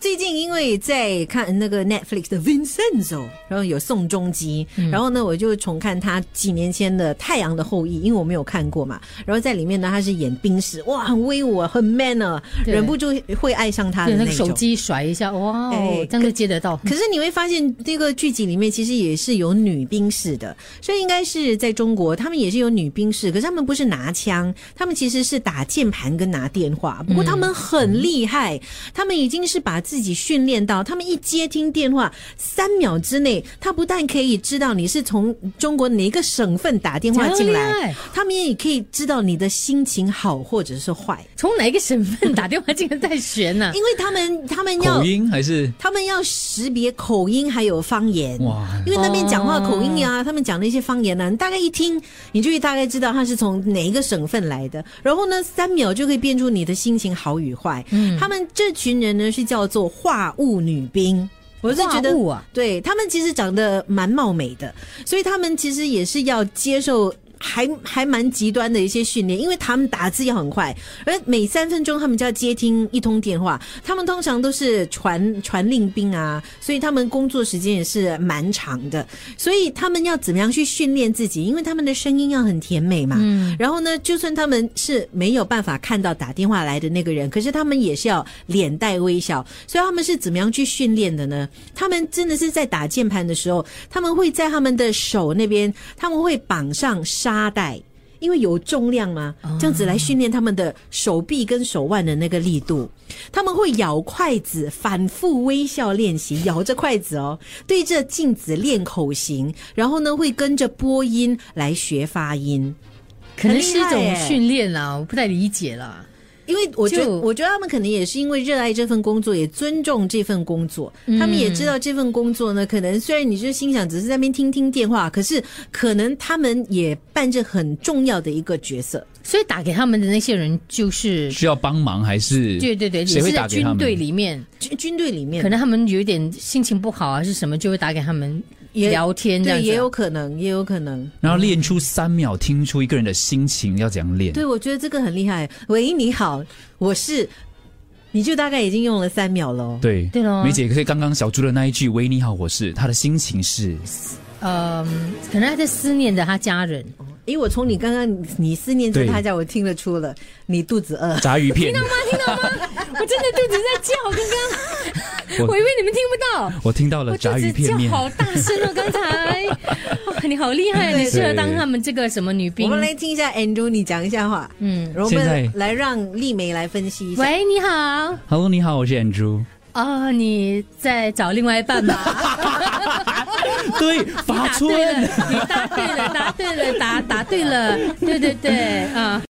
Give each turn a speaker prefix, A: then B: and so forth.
A: 最近因为在看那个 Netflix 的 Vincenzo，然后有宋仲基，
B: 嗯
A: 然后呢我就重看他几年前的《太阳的后裔》，因为我没有看过嘛。然后在里面呢，他是演兵士，哇，很威武，很 man 啊，
B: 对
A: 忍不住会爱上他的
B: 对，那
A: 那
B: 个
A: 种
B: 手。机甩一下，哇
A: 哎
B: 哦，这样就接得
C: 嗯
B: 到。
A: 可是你会发现，这个剧集里面其实也是有女兵士的，所以应该是在中国，他们也是有女兵士，可是他们不是拿枪，他们其实是打键盘跟拿电
C: 嗯
A: 话。不过他们很厉害，他们已经是把自己训练到，他们一接听电话，三秒之内，他不但可以知道你是从中国哪个省份打电话进
B: 这样厉
A: 来
B: 害，
A: 他们也可以知道你的心情好或者是坏，
B: 从哪一个省份打电话进来太悬了、
A: 因为他们他们要
C: 口音还是
A: 他们要识别口音还有方言，
C: 哇
A: 因为那边讲话口音啊，他们讲的一些方言呢、啊，你大概一听，你就会大概知道他是从哪一个省份来的。然后呢，三秒就可以变出你的心情好与坏。嗯，他们这群人呢是叫做话务女兵。我是觉得
B: 话务啊
A: 对他们其实长得蛮貌美的，所以他们其实也是要接受还还蛮极端的一些训练，因为他们打字要很快，而每三分钟他们就要接听一通电话。他们通常都是传传令兵啊，所以他们工作时间也是蛮长的。所以他们要怎么样去训练自己？因为他们的声音要很甜美嘛。然后呢，就算他们是没有办法看到打电话来的那个人，可是他们也是要脸带微笑。所以他们是怎么样去训练的呢？他们真的是在打键盘的时候，他们会在他们的手那边，他们会绑上沙袋。因为有重量嘛，这样子来训练他们的手臂跟手腕的那个力度。他们会咬筷子，反复微笑练习，咬着筷子哦，对着镜子练口型，然后呢会跟着播音来学发音。
B: 可能是
A: 很
B: 一
A: 厉害
B: 种
A: 耶
B: 训练啦，我不太理解啦。
A: 因为我觉得，
B: 就
A: 我觉得他们可能也是因为热爱这份工作，也尊重这份工作。他们也知道这份工作呢，可能虽然你就心想只是在那边听听电话，可是可能他们也扮着很重要的一个角色。
B: 所以打给他们的那些人就是，
C: 需要帮忙还是？
B: 对对对，也
C: 谁
B: 是
C: 会
B: 在
C: 打给他
B: 军
C: 们？
B: 队里面，
A: 军军队里面
B: 可能他们有点心情不好啊，是什么就会打给他们
A: 也
B: 聊天这样
A: 对，
B: 子啊。
A: 也有可能，也有可能。
C: 然后练出三秒，听出一个人的心情要怎样练。
A: 对，我觉得这个很厉害。喂，你好，我是，你就大概已经用了三秒了哦。
C: 对
B: 对咯
C: 梅姐，所以刚刚小猪的那一句“喂，你好，我是”，她的心 情是
B: 嗯，可能他在思念着他 家人。
A: 因为我从你刚刚你思念着
C: 对
A: 他家，我听得出了，你肚子饿。
C: 炸鱼片。
B: 我真的肚子在叫，刚刚
C: 我
B: 我以为你们听不到。
C: 我听到了
B: 我肚
C: 呃炸
B: 子
C: 鱼片
B: 叫
C: 面，
B: 好大声哦！刚才、哇你好厉 害，你适合当他们这个什么女
A: 我
B: 兵。
A: 们来听一下 Andrew，你讲一下话。
B: 嗯，
A: 然后我
C: 现在
A: 们来让丽梅来分析一下。
B: 喂，你好，
C: Hello，你好，我是 Andrew。
B: 哦，你在找另外一半 吧？
C: 对，发
B: 答
C: 春
B: 对。了，你答对了，答对了，答答对了，对对对，啊、